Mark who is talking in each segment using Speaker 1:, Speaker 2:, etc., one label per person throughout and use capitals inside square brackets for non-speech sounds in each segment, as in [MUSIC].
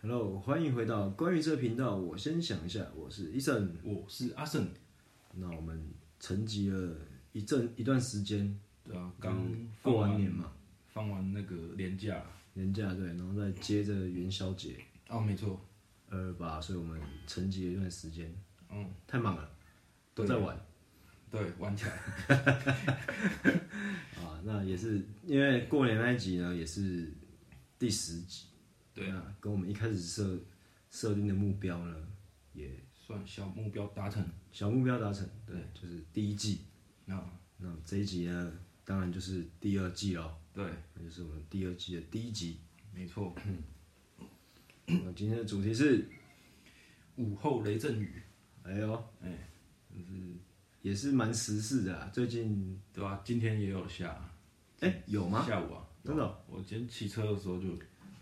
Speaker 1: Hello，欢迎回到关于这频道。我先想一下，我是 Eason。
Speaker 2: 我是阿胜，
Speaker 1: 那我们沉寂了一阵一段时间，
Speaker 2: 对啊，刚放
Speaker 1: 过完年嘛，
Speaker 2: 放完那个年假，
Speaker 1: 年假对，然后再接着元宵节
Speaker 2: 哦，没错，
Speaker 1: 二二八，所以我们沉寂了一段时间，
Speaker 2: 嗯，
Speaker 1: 太忙了，都在玩
Speaker 2: 对，玩起来，
Speaker 1: 啊。那也是因为过年那一集呢，也是第十集，
Speaker 2: 对，
Speaker 1: 啊，跟我们一开始设设定的目标呢，也
Speaker 2: 算小目标达成，
Speaker 1: 小目标达成，
Speaker 2: 对，
Speaker 1: 就是第一季。
Speaker 2: 那
Speaker 1: 那这一集呢，当然就是第二季喽。
Speaker 2: 对，
Speaker 1: 那就是我们第二季的第一集。
Speaker 2: 没错，
Speaker 1: 那今天的主题是，
Speaker 2: 午后雷阵雨，
Speaker 1: 哎呦，
Speaker 2: 哎，
Speaker 1: 也是蛮时事的啊。最近，
Speaker 2: 对吧、今天也有下，
Speaker 1: 哎、有吗？
Speaker 2: 下午啊，
Speaker 1: 真的哦、
Speaker 2: 我今天骑车的时候就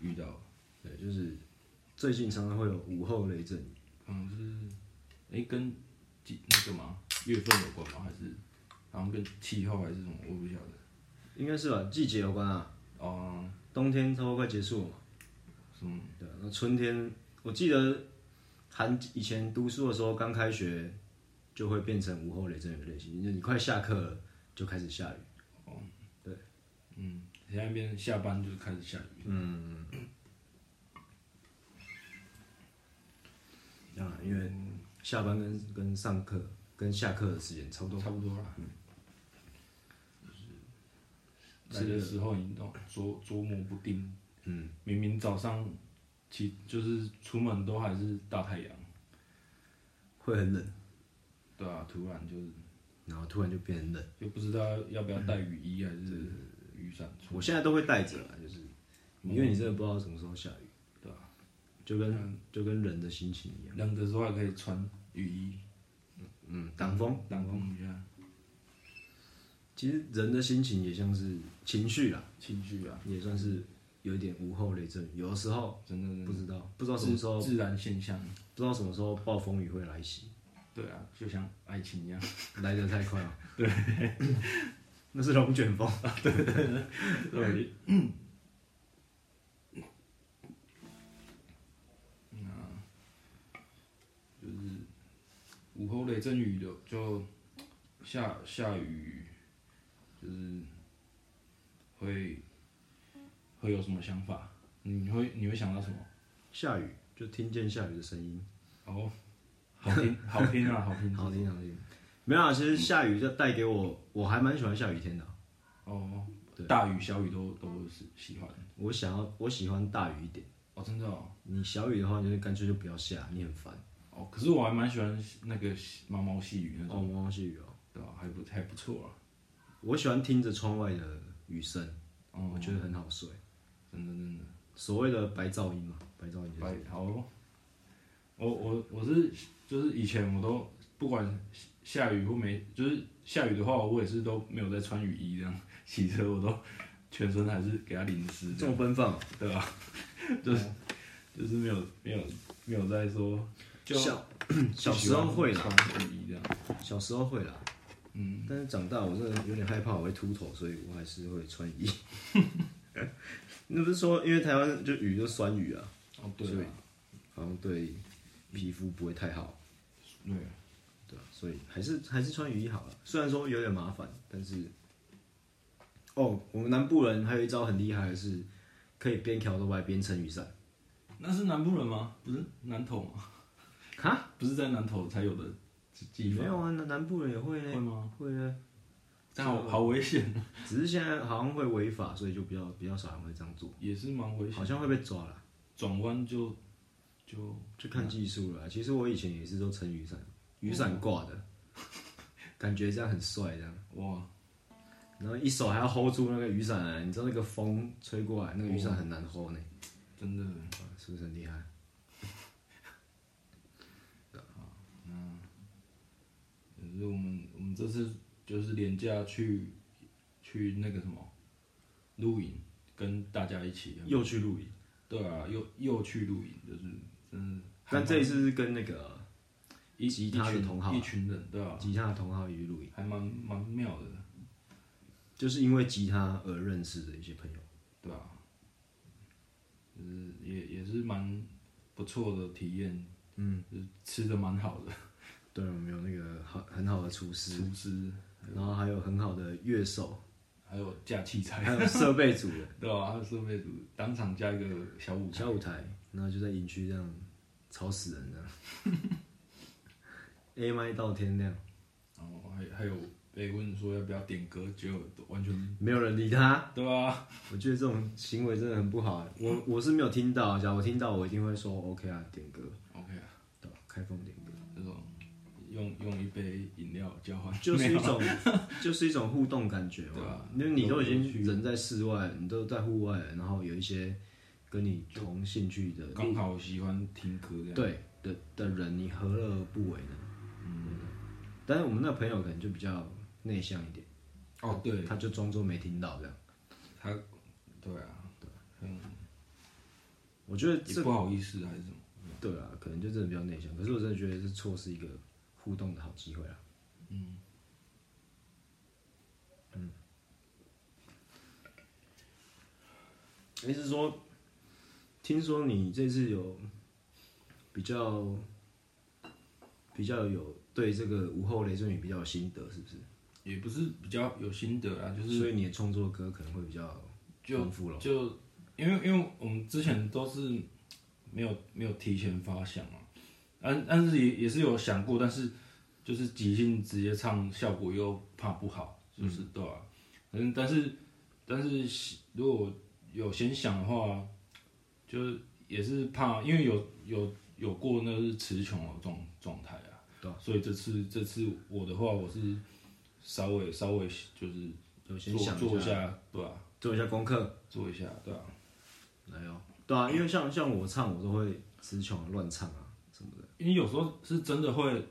Speaker 2: 遇到了，
Speaker 1: 对，就是最近常常会有午后雷阵雨，
Speaker 2: 嗯，就是，哎，跟几那个嘛月份有关吗？还是好像跟气候还是什么？我不晓得，
Speaker 1: 应该是吧？季节有关啊，
Speaker 2: 哦、
Speaker 1: 冬天差不多快结束了嘛。
Speaker 2: 什么？
Speaker 1: 对啊，那春天，我记得寒以前读书的时候，刚开学就会变成午后雷阵雨的类型，就是你快下课了就开始下雨。
Speaker 2: 嗯，现在变成下班就开始下雨，
Speaker 1: 当然，啊因为下班跟跟上课跟下课的时间差不多。
Speaker 2: 差不多啦。
Speaker 1: 是
Speaker 2: 来的时候你懂捉捉摸不定，嗯，明明早上起就是出门都还是大太阳，
Speaker 1: 会很冷，
Speaker 2: 对啊，突然就是
Speaker 1: 然后突然就变很冷。
Speaker 2: 又不知道要不要带雨衣还是雨伞出，
Speaker 1: 我现在都会带着啦，就是因为你真的不知道什么时候下雨，
Speaker 2: 对
Speaker 1: 吧？就跟就跟人的心情一样，
Speaker 2: 冷的时候还可以穿雨衣
Speaker 1: 嗯，挡风。
Speaker 2: 挡风雨啊，
Speaker 1: 其实人的心情也像是情绪啦，
Speaker 2: 情绪啊，
Speaker 1: 也算是有一点午后雷阵雨。有的时候
Speaker 2: 真的真的
Speaker 1: 不知道，不知道什么时候，
Speaker 2: 自自然现象，
Speaker 1: 不知道什么时候暴风雨会来袭，
Speaker 2: 对啊，就像爱情一样，
Speaker 1: 来得太快了。对，那是龙卷风。
Speaker 2: 对，午后雷阵雨就就下下雨，就是会会有什么想法？你会你会想到什么？
Speaker 1: 下雨就听见下雨的声音，
Speaker 2: 哦，好听 [LAUGHS] 好听啊，好听
Speaker 1: 好听好听。没有啊，其实下雨就带给我，我还蛮喜欢下雨天的啊。
Speaker 2: 哦，大雨小雨都都是喜欢
Speaker 1: 我想要，我喜欢大雨一点。
Speaker 2: 哦，真的哦
Speaker 1: 你小雨的话，就是干脆就不要下，你很烦。
Speaker 2: 哦，可是我还蛮喜欢那个毛毛细雨那种，
Speaker 1: 哦，毛毛细雨哦，
Speaker 2: 对吧、还不还不错啊，
Speaker 1: 我喜欢听着窗外的雨声，
Speaker 2: 哦，
Speaker 1: 我觉得很好睡。
Speaker 2: 真的真的。
Speaker 1: 所谓的白噪音嘛，白噪音就是
Speaker 2: 白好哦，我我我是就是以前我都不管下雨或没，就是下雨的话，我也是都没有在穿雨衣这样 [LAUGHS] 骑车，我都全身还是给它淋湿
Speaker 1: 这么奔放哦。
Speaker 2: 对吧、就是就是没有没有没有在说就
Speaker 1: 小 [COUGHS] 小时候会啦，
Speaker 2: 穿雨衣这样，
Speaker 1: 小时候会啦，
Speaker 2: 嗯，
Speaker 1: 但是长大我真的有点害怕我会秃头，所以我还是会穿雨衣。 [LAUGHS] 那不是说因为台湾就雨就酸雨啊，
Speaker 2: 哦对
Speaker 1: 所
Speaker 2: 啊
Speaker 1: 以好像对皮肤不会太好，
Speaker 2: 对，
Speaker 1: 对啊所以还是还是穿雨衣好了。虽然说有点麻烦，但是哦，我们南部人还有一招很厉害的是，可以边桥都白边撑雨伞。
Speaker 2: 那是南部人吗？不是南投吗？
Speaker 1: [LAUGHS] 哈，
Speaker 2: 不是在南投才有的技
Speaker 1: 没
Speaker 2: 法
Speaker 1: 有啊，南南部人也会
Speaker 2: 会
Speaker 1: 呢，
Speaker 2: 吗？
Speaker 1: 会呢。
Speaker 2: 这样好好危险， [LAUGHS]
Speaker 1: 只是现在好像会违法，所以就比较比较少人会这样做，
Speaker 2: 也是蛮危险
Speaker 1: 好。像会被抓了，
Speaker 2: 转弯就就
Speaker 1: 就看技术
Speaker 2: 嗯
Speaker 1: 了啊。其实我以前也是都撑雨
Speaker 2: 哦
Speaker 1: 伞，雨伞挂的，感觉这样很帅这样。
Speaker 2: 哇，
Speaker 1: 然后一手还要 hold 住那个雨伞啊，你知道那个风吹过来，那个雨伞很难 hold 呢，
Speaker 2: 真的，
Speaker 1: 是不是很厉害？
Speaker 2: 可是我们我们这次就是廉价去去那个什么露营，跟大家一起，
Speaker 1: 又去露营，
Speaker 2: 对啊，又又去露营，就是真的还
Speaker 1: 但
Speaker 2: 蛮
Speaker 1: 这一次是跟那个
Speaker 2: 一
Speaker 1: 吉他的同好啊
Speaker 2: 一群一群人，对啊，
Speaker 1: 吉他的同好一起露营，
Speaker 2: 还蛮蛮妙的，
Speaker 1: 就是因为吉他而认识的一些朋友。
Speaker 2: 对啊，就是也也是蛮不错的体验，嗯，吃的蛮好的，
Speaker 1: 对，我们有那个好很好的厨师，
Speaker 2: 厨师，
Speaker 1: 然后还有很好的乐手，
Speaker 2: 还有架器材，
Speaker 1: 还有设备组的
Speaker 2: 对啊吧、还有设备组，当场加一个小舞台，
Speaker 1: 小舞台，然后就在营区这样吵死人这样 [LAUGHS] ，A 麦到天亮，
Speaker 2: 然后还还有被问说要不要点歌，结果
Speaker 1: [LAUGHS]
Speaker 2: 完全
Speaker 1: 没有人理他。
Speaker 2: 对吧、
Speaker 1: 我觉得这种行为真的很不好欸。我我是没有听到，假如我听到，我一定会说 OK 啊，点歌，
Speaker 2: o k 啊，
Speaker 1: 对吧？开放点歌，
Speaker 2: 这种用用一杯饮料交换，
Speaker 1: [LAUGHS] 就是一种 [LAUGHS] 就是一种互动感觉
Speaker 2: 啊对
Speaker 1: 嘛
Speaker 2: 啊。
Speaker 1: 因为你都已
Speaker 2: 有趣
Speaker 1: 经人在室外，你都在户外了，然后有一些跟你同兴趣的，
Speaker 2: 刚好喜欢听歌这样，
Speaker 1: 对的的人，你何乐而不为呢？嗯，但是我们那朋友可能就比较内向一点，
Speaker 2: 哦对，
Speaker 1: 他就装作没听到这样。
Speaker 2: 他对啊，嗯，
Speaker 1: 我觉得
Speaker 2: 也
Speaker 1: 这
Speaker 2: 不好意思还是什么，
Speaker 1: 对啊，可能就真的比较内向。可是我真的觉得是错失一个互动的好机会啊。
Speaker 2: 嗯
Speaker 1: 嗯，嗯，意思是说，听说你这次有比较比较有对这个午后雷阵雨比较有心得，是不是？
Speaker 2: 也不是比较有心得啊，就是
Speaker 1: 所以你的创作歌可能会比较
Speaker 2: 就
Speaker 1: 丰富了。
Speaker 2: 就因为因为我们之前都是没有没有提前发想嘛，但但是也也是有想过，但是就是即兴直接唱效果又怕不好，就是、对吧、嗯，但是但是如果有先想的话，就是也是怕，因为有有有过那是词穷的状状态啊，
Speaker 1: 对
Speaker 2: 所以这次这次我的话，我是稍微稍微就是
Speaker 1: 有先
Speaker 2: 做
Speaker 1: 想
Speaker 2: 做
Speaker 1: 一
Speaker 2: 一
Speaker 1: 下，
Speaker 2: 下，对
Speaker 1: [LAUGHS]
Speaker 2: 吧、
Speaker 1: 做一下功课。
Speaker 2: 做一下，对啊吧、
Speaker 1: 没有，对啊，因为像像我唱，我都会词穷乱唱啊什么的。
Speaker 2: 因为有时候是真的会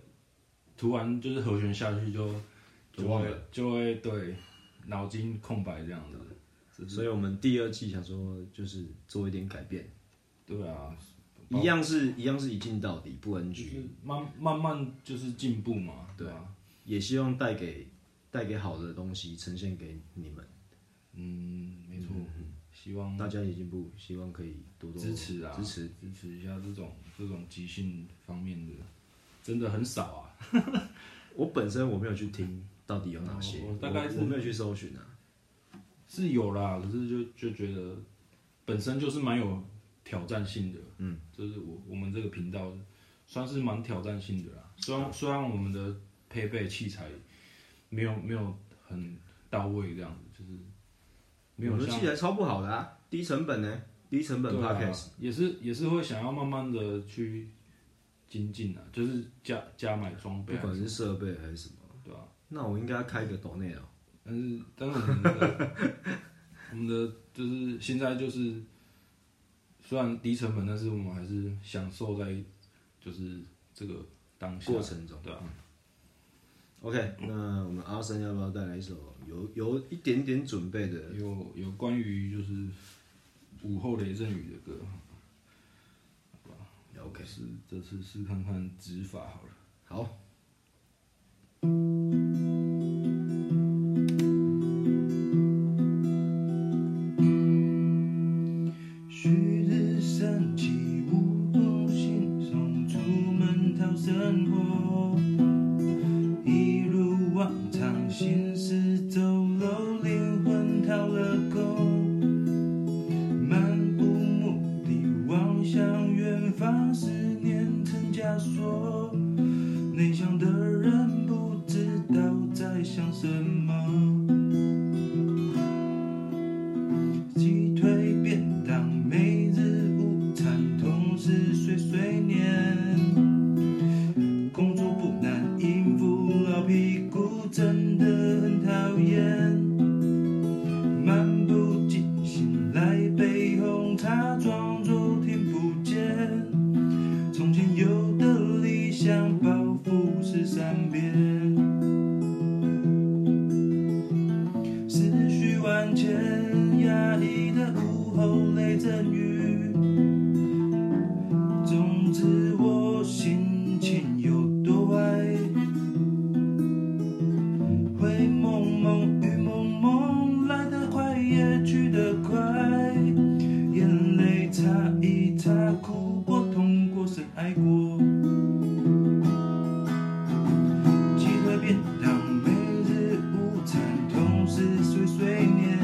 Speaker 2: 突然就是和弦下去就
Speaker 1: 就
Speaker 2: 就
Speaker 1: 忘
Speaker 2: 会就会对脑筋空白这样子，
Speaker 1: 所以我们第二季想说，就是做一点改变，
Speaker 2: 对啊，
Speaker 1: 一样是一样是一镜到底不 NG，
Speaker 2: 就是慢慢慢就是进步嘛，对啊，
Speaker 1: 也希望带给带给好的东西呈现给你们，
Speaker 2: 嗯，没错，希望
Speaker 1: 大家也进步，希望可以多多
Speaker 2: 支持啊
Speaker 1: 支持。
Speaker 2: 支持一下这种这种即兴方面的，真的很少啊，
Speaker 1: 我本身我没有去听到底有哪些，
Speaker 2: 哦我大概是
Speaker 1: 我没有去搜寻啊。
Speaker 2: 是有啦，可是就就觉得本身就是蛮有挑战性的，嗯，就是我我们这个频道算是蛮挑战性的啦。虽然虽然我们的配备器材没有没有很到位，这样子就是没
Speaker 1: 我
Speaker 2: 有
Speaker 1: 的
Speaker 2: 像
Speaker 1: 器材超不好的啊，低成本呢、低成本
Speaker 2: 对啊
Speaker 1: podcast，、
Speaker 2: 也是也是会想要慢慢的去精进啊，就是加加买装备
Speaker 1: 不
Speaker 2: 啊，
Speaker 1: 管是设备还是什么，
Speaker 2: 对啊吧、
Speaker 1: 那我应该开一个抖内了。
Speaker 2: 但是但是我们的我们的就是现在就是，虽然低成本，但是我们还是享受在就是这个当下
Speaker 1: 过程中，
Speaker 2: 对啊，
Speaker 1: OK，那我们阿森要不要带来一首有有一点点准备的？
Speaker 2: 有有关于就是午后雷阵雨的歌啊
Speaker 1: OK，
Speaker 2: 是这次试看看指法好了。
Speaker 1: 好，
Speaker 2: 旭日升起，舞步欣赏，出门讨生活，一如往常，行尸走肉，灵魂掏了空，漫无目的望向远方，思念成枷锁，内向的人不知道在想什么。鸡腿便当，每日午餐，同事碎碎念。工作不难，应付老屁股真的很讨厌。漫不经心，来杯红茶，装作听不见。从前有的理想抱负是三遍。擦哭过、痛过、深爱过。鸡腿便当、每日午餐，同时碎碎念。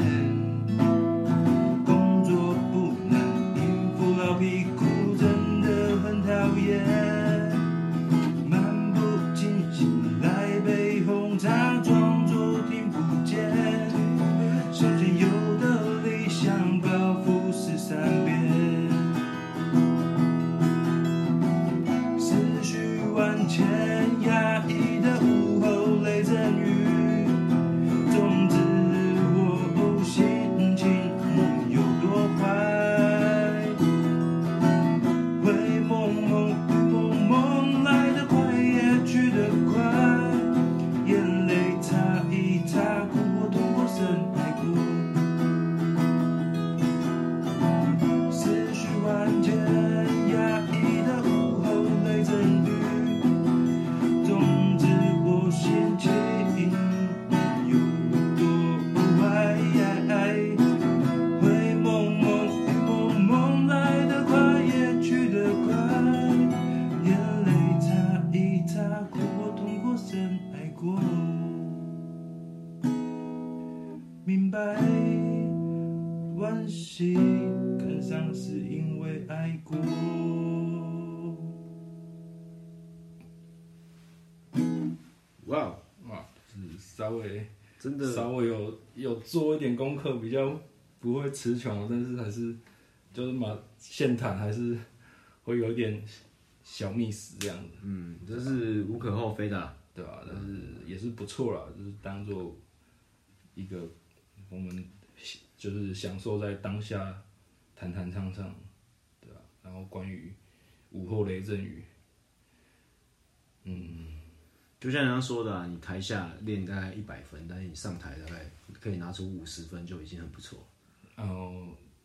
Speaker 2: 工作不难，应付老屁股真的很讨厌。漫不经心来杯红茶，装作听不见。手前有的理想包袱十三遍，思绪万千，压抑的午后雷阵雨。总之我不信情有多坏。灰蒙蒙、雾蒙蒙，来得快也去得快，眼泪擦一擦，哭过、痛过、深爱过，思绪万千，压抑的午后泪阵雨，总之我心情有多坏。灰蒙蒙，雨蒙蒙，来得快也去得快，眼泪擦一擦，哭过、痛过、深爱过，明白惋惜感伤是因为爱过。
Speaker 1: 哇、哦，
Speaker 2: 哇，就是稍微
Speaker 1: 真的
Speaker 2: 稍微有有做一点功课，比较不会词穷，但是还是就是嘛，现弹还是会有点小 miss 这样子，
Speaker 1: 嗯，这是无可厚非的啊、
Speaker 2: 对吧、但是也是不错啦，就是当做一个我们就是享受在当下弹弹唱唱，对吧、然后关于午后雷阵雨，嗯，
Speaker 1: 就像人家说的、啊，你台下练大概一百分，但是你上台大概可以拿出五十分就已经很不错。
Speaker 2: 然后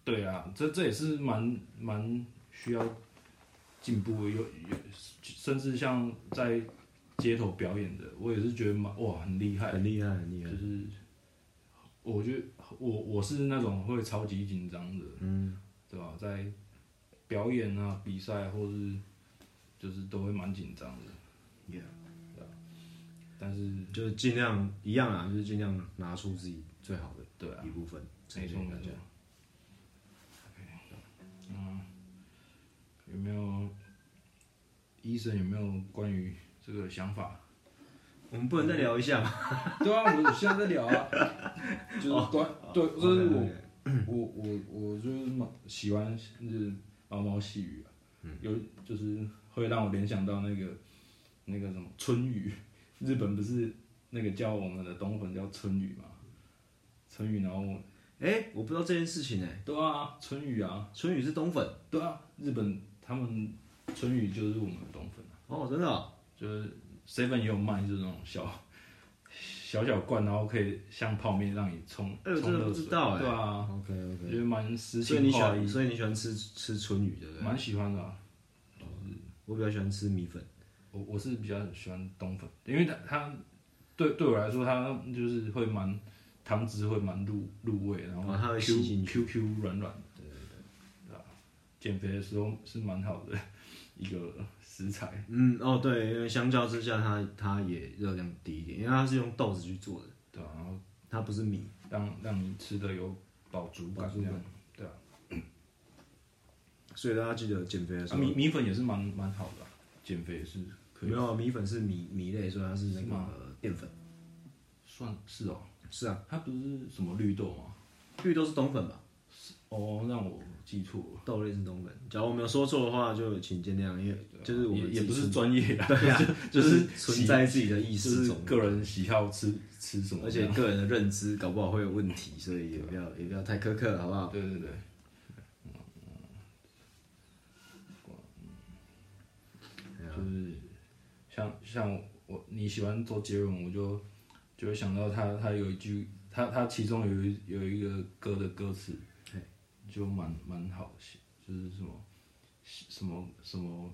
Speaker 2: 对啊，这这也是蛮蛮需要进步的，有有甚至像在街头表演的，我也是觉得蛮哇很厉害，
Speaker 1: 很厉害，很厉害
Speaker 2: 就。是我觉得我我是那种会超级紧张的，
Speaker 1: 嗯，
Speaker 2: 对吧？在表演啊、比赛或是就是都会蛮紧张的，
Speaker 1: Yeah
Speaker 2: 但是
Speaker 1: 就是尽量一样啊，就是尽量拿出自己最好的
Speaker 2: 对啊
Speaker 1: 一，部分，
Speaker 2: 没
Speaker 1: 呈
Speaker 2: 错
Speaker 1: 现给
Speaker 2: 没
Speaker 1: 大
Speaker 2: 错
Speaker 1: 家。。
Speaker 2: 有没有医生有没有关于这个想法？ [LAUGHS]
Speaker 1: 我们不能再聊一下吗？
Speaker 2: 对啊，我们现在在聊啊，就是关、对，哎这是我
Speaker 1: 哦 OK，OK
Speaker 2: 我我我就是毛喜欢就是毛毛细雨啊，有就是会让我联想到那个那个什么春雨，日本不是那个叫我们的冬粉叫春雨嘛，春雨然后我
Speaker 1: 哎、我不知道这件事情哎、
Speaker 2: 对啊，春雨啊，
Speaker 1: 春雨是冬粉
Speaker 2: 对啊，日本他们春雨就是我们的冬粉啊，
Speaker 1: 哦，真的、哦，
Speaker 2: 就是 seven 也有卖，就是那种小小小罐，然后可以像泡面让你冲
Speaker 1: 哎我
Speaker 2: 冲
Speaker 1: 真的
Speaker 2: 热
Speaker 1: 不
Speaker 2: 水，
Speaker 1: 知道哎
Speaker 2: 对啊，
Speaker 1: OK
Speaker 2: 我
Speaker 1: OK，
Speaker 2: 觉得蛮实
Speaker 1: 所以你
Speaker 2: 心
Speaker 1: 喜
Speaker 2: 化
Speaker 1: 欢，
Speaker 2: 的，
Speaker 1: 所以你喜欢吃吃春雨对不对？
Speaker 2: 蛮喜欢的啊、
Speaker 1: 我比较喜欢吃米粉，
Speaker 2: 我我是比较喜欢冬粉，因为它它对对我来说，它就是会蛮汤汁会蛮入入味，然后 Q、
Speaker 1: 哦它会吸进
Speaker 2: Q Q 软软的，对对对，对啊减肥的时候是蛮好的一个食材，
Speaker 1: 嗯哦对，因为相较之下它它也热量低一点，因为它是用豆子去做的，
Speaker 2: 对啊，然后
Speaker 1: 它不是米。
Speaker 2: 让让你吃的有饱足
Speaker 1: 饱
Speaker 2: 感
Speaker 1: 足
Speaker 2: 这
Speaker 1: 感
Speaker 2: 样，对啊，
Speaker 1: 所以大家记得减肥的时
Speaker 2: 啊
Speaker 1: 候，
Speaker 2: 米米粉也是蛮蛮好的啊、减肥也是可以
Speaker 1: 没，有啊米粉是米米类，所以它是那
Speaker 2: 是吗
Speaker 1: 个淀粉。
Speaker 2: 算是哦，
Speaker 1: 是啊，
Speaker 2: 它不是什么绿豆吗？
Speaker 1: 绿豆是冬粉吧？
Speaker 2: 哦，让我记错了。
Speaker 1: 豆类是冬粉。假如我没有说错的话，就请见谅，因为就是我们
Speaker 2: 也也不
Speaker 1: 自己
Speaker 2: 是专业
Speaker 1: [LAUGHS]
Speaker 2: 啊，
Speaker 1: 对啊，就
Speaker 2: 就是
Speaker 1: 是
Speaker 2: 喜
Speaker 1: 存在自己的意
Speaker 2: 就是
Speaker 1: 识中，
Speaker 2: 个人喜好吃吃什么，
Speaker 1: 而且个人的认知搞不好会有问题，所以也不要也不要太苛刻，好不好？
Speaker 2: 对对对，就是像像我你喜欢周杰伦，我就就会想到他他有一句他他其中有一有一个歌的歌词，就蛮蛮好写，就是什么什么什么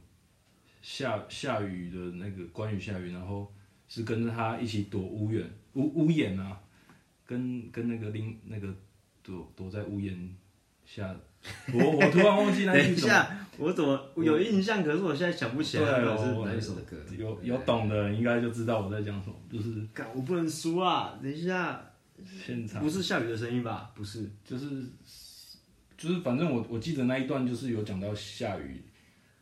Speaker 2: 下下雨的那个关于下雨，然后是跟着他一起躲屋檐屋屋檐啊，跟跟那个林那个躲躲在屋檐下，我我突然忘记那
Speaker 3: [LAUGHS] 等
Speaker 2: 是
Speaker 3: 一
Speaker 2: 什么。嗯
Speaker 3: 下，我怎么我有印象？可是我现在想不起来
Speaker 2: 对啊
Speaker 3: 了是
Speaker 2: 我
Speaker 3: 哪一首歌。
Speaker 2: 有有懂的人应该就知道我在讲什么，就是
Speaker 3: 干，我不能输啊！等一下，
Speaker 2: 现场
Speaker 3: 不是下雨的声音吧？不是，
Speaker 2: 就是就是反正我我记得那一段就是有讲到下雨，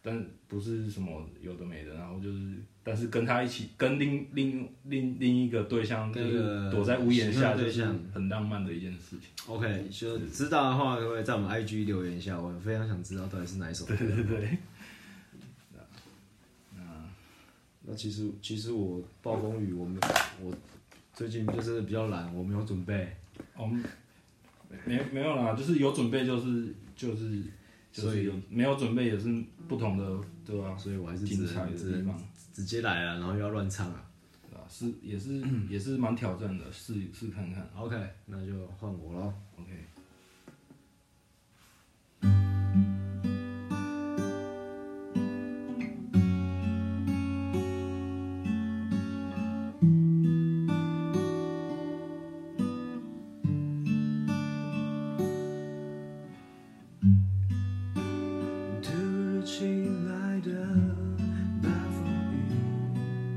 Speaker 2: 但不是什么有的没的，然后就是但是跟他一起跟另另另另一个对象就
Speaker 3: 跟一个
Speaker 2: 是躲在屋檐
Speaker 3: 喜欢
Speaker 2: 下，
Speaker 3: 的
Speaker 2: 就
Speaker 3: 对
Speaker 2: 是
Speaker 3: 象
Speaker 2: 很浪漫的一件事情。
Speaker 3: OK，就知道的话，可不可以在我们 IG 留言一下？我非常想知道到底是哪一首歌。
Speaker 2: 对对对，
Speaker 3: 那其实其实我暴风雨，我们我最近就是比较懒，我没有准备，
Speaker 2: 我们没没有啦，就是有准备就是就是就
Speaker 3: 所
Speaker 2: 是
Speaker 3: 以
Speaker 2: 有没有准备也是不同的，对吧、
Speaker 3: 所以我还是只
Speaker 2: 精彩
Speaker 3: 能
Speaker 2: 的
Speaker 3: 只
Speaker 2: 地
Speaker 3: 能
Speaker 2: 方。
Speaker 3: 直接来了，然后又要乱唱啊。
Speaker 2: 对吧是也是也是蛮挑战的，试试看看。
Speaker 3: OK，那就换我喽。
Speaker 2: OK，
Speaker 3: 突如其来的大风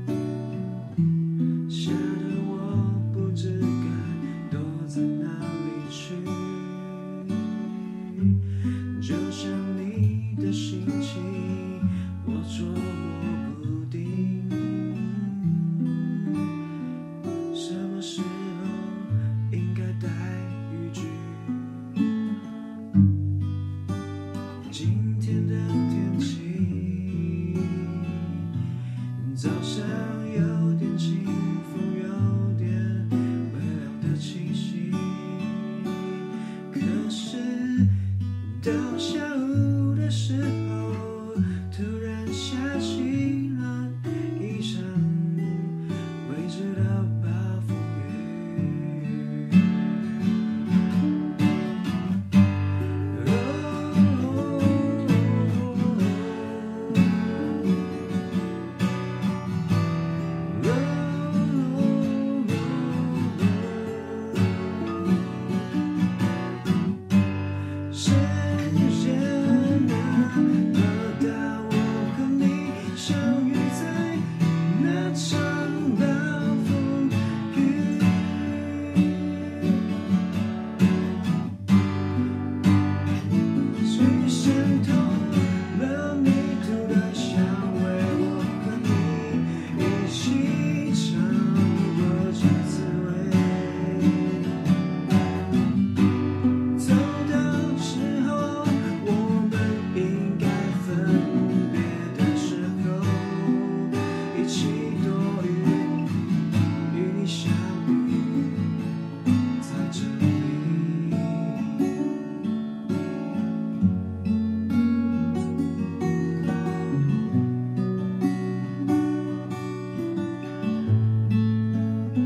Speaker 3: 雨，吓得我不知该躲在哪里去。就像你的心情，我捉摸不定。什么时候应该带雨具？今天的天气，早上有点清风，有点微凉的气息。可是到下午的时候，突然下起了一场未知的暴风雨。时间能到我和你相遇在那场暴风雨。最渗透了泥土的香味，我和你一起尝过这滋味。走到之后，我们应该分别的时候，一起躲雨，与你相遇在这里。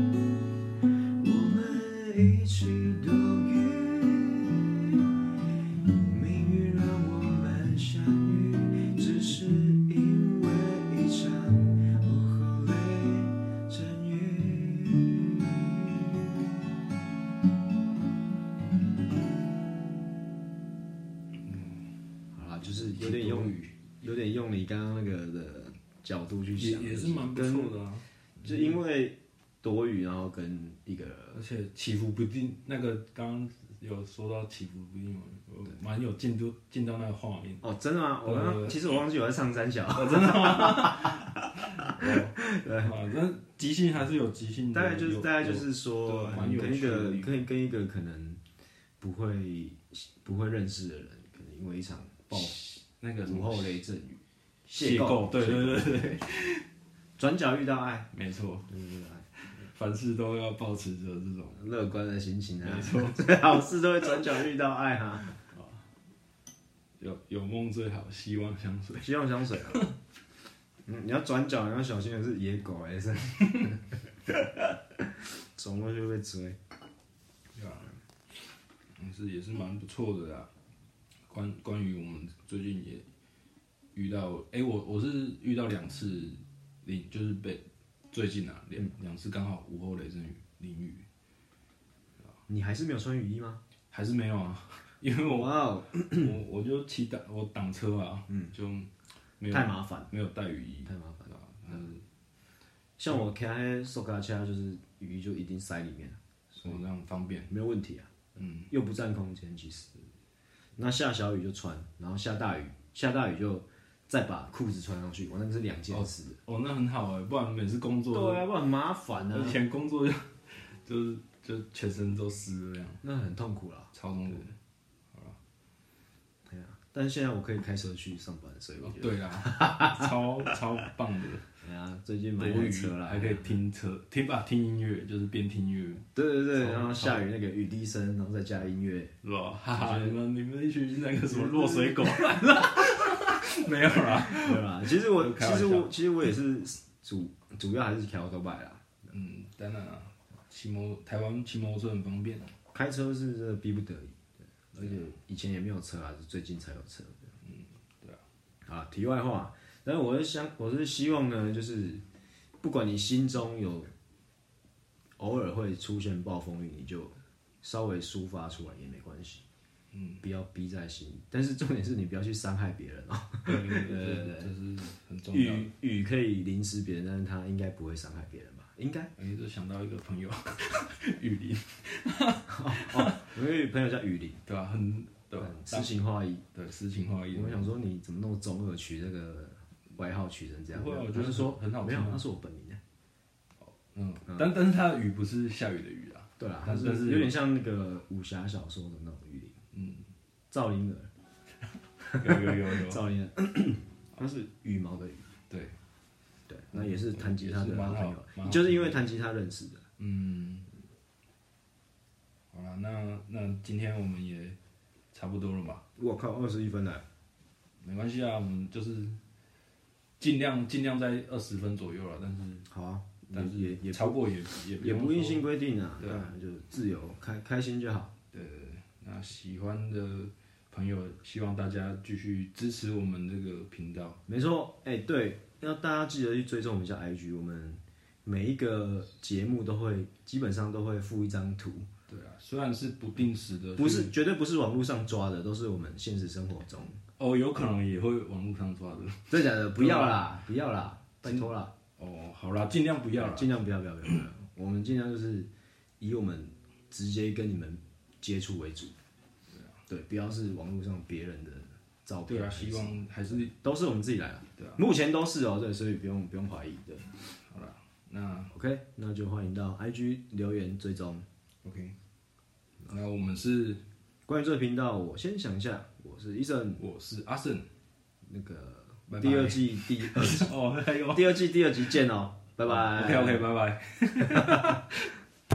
Speaker 3: 我们一起躲雨，命运让我们相遇，只是因为一场午后雷阵雨。好啦，就是有点用，
Speaker 2: 语，
Speaker 3: 有点用你刚刚那个的角度去
Speaker 2: 也
Speaker 3: 想，
Speaker 2: 也是蛮不
Speaker 3: 跟
Speaker 2: 错的啊。
Speaker 3: 就因为躲雨，然后跟一个
Speaker 2: 而且起伏不定，那个刚刚有说到起伏不定嘛，我蛮有进度进到那个画面。
Speaker 3: 哦，真的吗？我
Speaker 2: 嗯对
Speaker 3: 刚
Speaker 2: 对
Speaker 3: 刚
Speaker 2: 对
Speaker 3: 其实我忘记我在上三小， [LAUGHS]
Speaker 2: 反正即兴还是有即兴的，
Speaker 3: 大概就是
Speaker 2: 嗯有
Speaker 3: 大概就是说，
Speaker 2: 对蛮
Speaker 3: 你
Speaker 2: 有
Speaker 3: 跟一
Speaker 2: 趣的
Speaker 3: 个
Speaker 2: 地方
Speaker 3: 跟跟一个可能不会不会认识的人，可能因为一场暴
Speaker 2: 那个什
Speaker 3: 午
Speaker 2: 么
Speaker 3: 后雷阵雨，
Speaker 2: 邂逅，对对对对， [LAUGHS]
Speaker 3: 转角遇到爱，
Speaker 2: 没错，
Speaker 3: 对对对对，
Speaker 2: 凡事都要保持着这种。
Speaker 3: 乐观的心情啊
Speaker 2: 没，错，
Speaker 3: 最 [LAUGHS] 好事都会转角遇到爱啊哈，
Speaker 2: 有有梦最好，希望相随。
Speaker 3: 希望香水啊。嗯，你要转角，你要小心的是野狗
Speaker 1: 啊 [LAUGHS]
Speaker 3: 还是？走过去被追。
Speaker 2: 对啊，也是也是蛮不错的啦。关关于我们最近也遇到，哎、我我是遇到两次淋，就是被最近啊两
Speaker 1: 嗯
Speaker 2: 两、次刚好午后雷阵雨淋雨，
Speaker 3: 你还是没有穿雨衣吗？
Speaker 2: 还是没有啊， [LAUGHS] 因为我
Speaker 1: 哇哦，
Speaker 2: 我我就骑挡我挡车啊，
Speaker 1: 嗯
Speaker 2: 就没有
Speaker 1: 太麻烦，
Speaker 2: 没有带雨衣，
Speaker 1: 太麻烦了。
Speaker 2: 嗯，
Speaker 1: 像我开黑手卡车，就是雨衣就一定塞里面，
Speaker 2: 所以这样方便，
Speaker 1: 没有问题啊。
Speaker 2: 嗯，
Speaker 1: 又不占空间，其实。那下小雨就穿，然后下大雨，下大雨就再把裤子穿上去。我那个是两件事。
Speaker 2: 哦，那很好哎、不然每次工作
Speaker 1: 对啊，不然很麻烦
Speaker 2: 以
Speaker 1: 啊，
Speaker 2: 前工作就就是就全身都湿了这样，
Speaker 1: 那很痛苦啦。
Speaker 2: 超痛苦。
Speaker 1: 对啊，但是现在我可以开车去上班，所以我
Speaker 2: 哦
Speaker 1: 觉得，
Speaker 2: 对啦，啊超超棒的，
Speaker 1: 哎呀，最近
Speaker 2: 多
Speaker 1: 买台
Speaker 2: 雨
Speaker 1: 车啦，
Speaker 2: 还可以。听车听吧，听音乐就是边听音乐，
Speaker 1: 对对对，
Speaker 2: 超
Speaker 1: 然后下雨那个雨滴声，然后再加音乐，
Speaker 2: 是吧？哈哈，你们你们一群那个什么落水狗， [LAUGHS] 没有啦，
Speaker 1: 对
Speaker 2: [LAUGHS]
Speaker 1: 吧？其实我
Speaker 2: 哦开
Speaker 1: 其
Speaker 2: 玩
Speaker 1: 实
Speaker 2: 笑
Speaker 1: 我其实我也是主主要还是调头摆啦，
Speaker 2: 嗯，当然啊，骑摩台湾骑摩托车很方便啊，
Speaker 1: 开车是真的逼不得已，
Speaker 2: 啊
Speaker 1: 对，而且以前也没有车啊，是最近才有车。嗯，对啊。啊，题外话，但是我是想，我是希望呢，就是不管你心中有偶尔会出现暴风雨，你就稍微抒发出来也没关系。嗯，不要逼在心里，但是重点是你不要去伤害别人哦。
Speaker 2: [LAUGHS] 对对对，这是很重要的。
Speaker 1: 雨雨可以淋湿别人，但是他应该不会伤害别人吧？应该，
Speaker 2: 哎，就想到一个朋友， [LAUGHS] 雨林，
Speaker 1: [LAUGHS] 我有一个朋友叫雨林，
Speaker 2: 对吧？很哦对吧？
Speaker 1: 嗯诗情画意，
Speaker 2: 对，诗情画意。
Speaker 1: 我想说你怎么那么中二，取这个外号取成这样？
Speaker 2: 不会啊我觉
Speaker 1: 他
Speaker 2: 得
Speaker 1: 就说
Speaker 2: 很好
Speaker 1: 没
Speaker 2: 听
Speaker 1: 有
Speaker 2: 啊，
Speaker 1: 那是我本名的。
Speaker 2: 嗯，但但是它的雨不是下雨的雨啊，
Speaker 1: 对啦，他
Speaker 2: 但但
Speaker 1: 是
Speaker 2: 是
Speaker 1: 有点像那个武侠小说的那种雨林，
Speaker 2: 嗯，哎
Speaker 1: 赵灵儿，
Speaker 2: 有 [LAUGHS] 有有有，
Speaker 1: 赵灵儿，
Speaker 2: [CLEARS THROAT]
Speaker 1: 他是羽毛的羽，
Speaker 2: 对，
Speaker 1: 对，那也是弹吉他
Speaker 2: 也
Speaker 1: 的
Speaker 2: 是蛮
Speaker 1: 好
Speaker 2: 好
Speaker 1: 朋友，
Speaker 2: 蛮好
Speaker 1: 你就是因为弹吉他认识的。
Speaker 2: 嗯，好了，那那今天我们也差不多了吧？
Speaker 1: 我靠，二十一分了，
Speaker 2: 没关系啊，我们就是尽量尽量在二十分左右了，但是
Speaker 1: 好啊，
Speaker 2: 嗯但是
Speaker 1: 也也
Speaker 2: 超过也
Speaker 1: 也
Speaker 2: 也
Speaker 1: 也不硬
Speaker 2: 用说
Speaker 1: 性规定啊，
Speaker 2: 对
Speaker 1: 对啊，就自由开开心就好。
Speaker 2: 对，那喜欢的朋友，希望大家继续支持我们这个频道。
Speaker 1: 没错，哎、对，要大家记得去追踪我们一下 IG，我们每一个节目都会基本上都会附一张图，
Speaker 2: 对啊，虽然是不定时的，
Speaker 1: 不是绝对不是网络上抓的，都是我们现实生活中。 [LAUGHS]
Speaker 2: 哦，有可能也会网络上抓的。
Speaker 1: 真的假的？啊不要 [LAUGHS] 啦，不要啦，拜托啦，
Speaker 2: 哦，好啦，尽量不要啦。
Speaker 1: 尽量不要不要不要不要，我们尽量就是以我们直接跟你们接触为主，对，啊不要是网络上别人的照片
Speaker 2: 对啊，
Speaker 1: 还是，
Speaker 2: 希望还是
Speaker 1: 都是我们自己来的，
Speaker 2: 对啊。
Speaker 1: 目前都是哦，对，所以不用不用怀疑的。
Speaker 2: 好啦，那
Speaker 1: OK，那就欢迎到 IG 留言追踪。
Speaker 2: OK，那我们是，
Speaker 1: 关于这个频道，我先想一下，我是医生，
Speaker 2: 我是阿胜。
Speaker 1: 那个
Speaker 2: 拜拜
Speaker 1: 第二季
Speaker 2: [LAUGHS]
Speaker 1: 第
Speaker 2: 哦，还有
Speaker 1: 第二季第二集见哦，拜拜。
Speaker 2: OK OK，拜拜。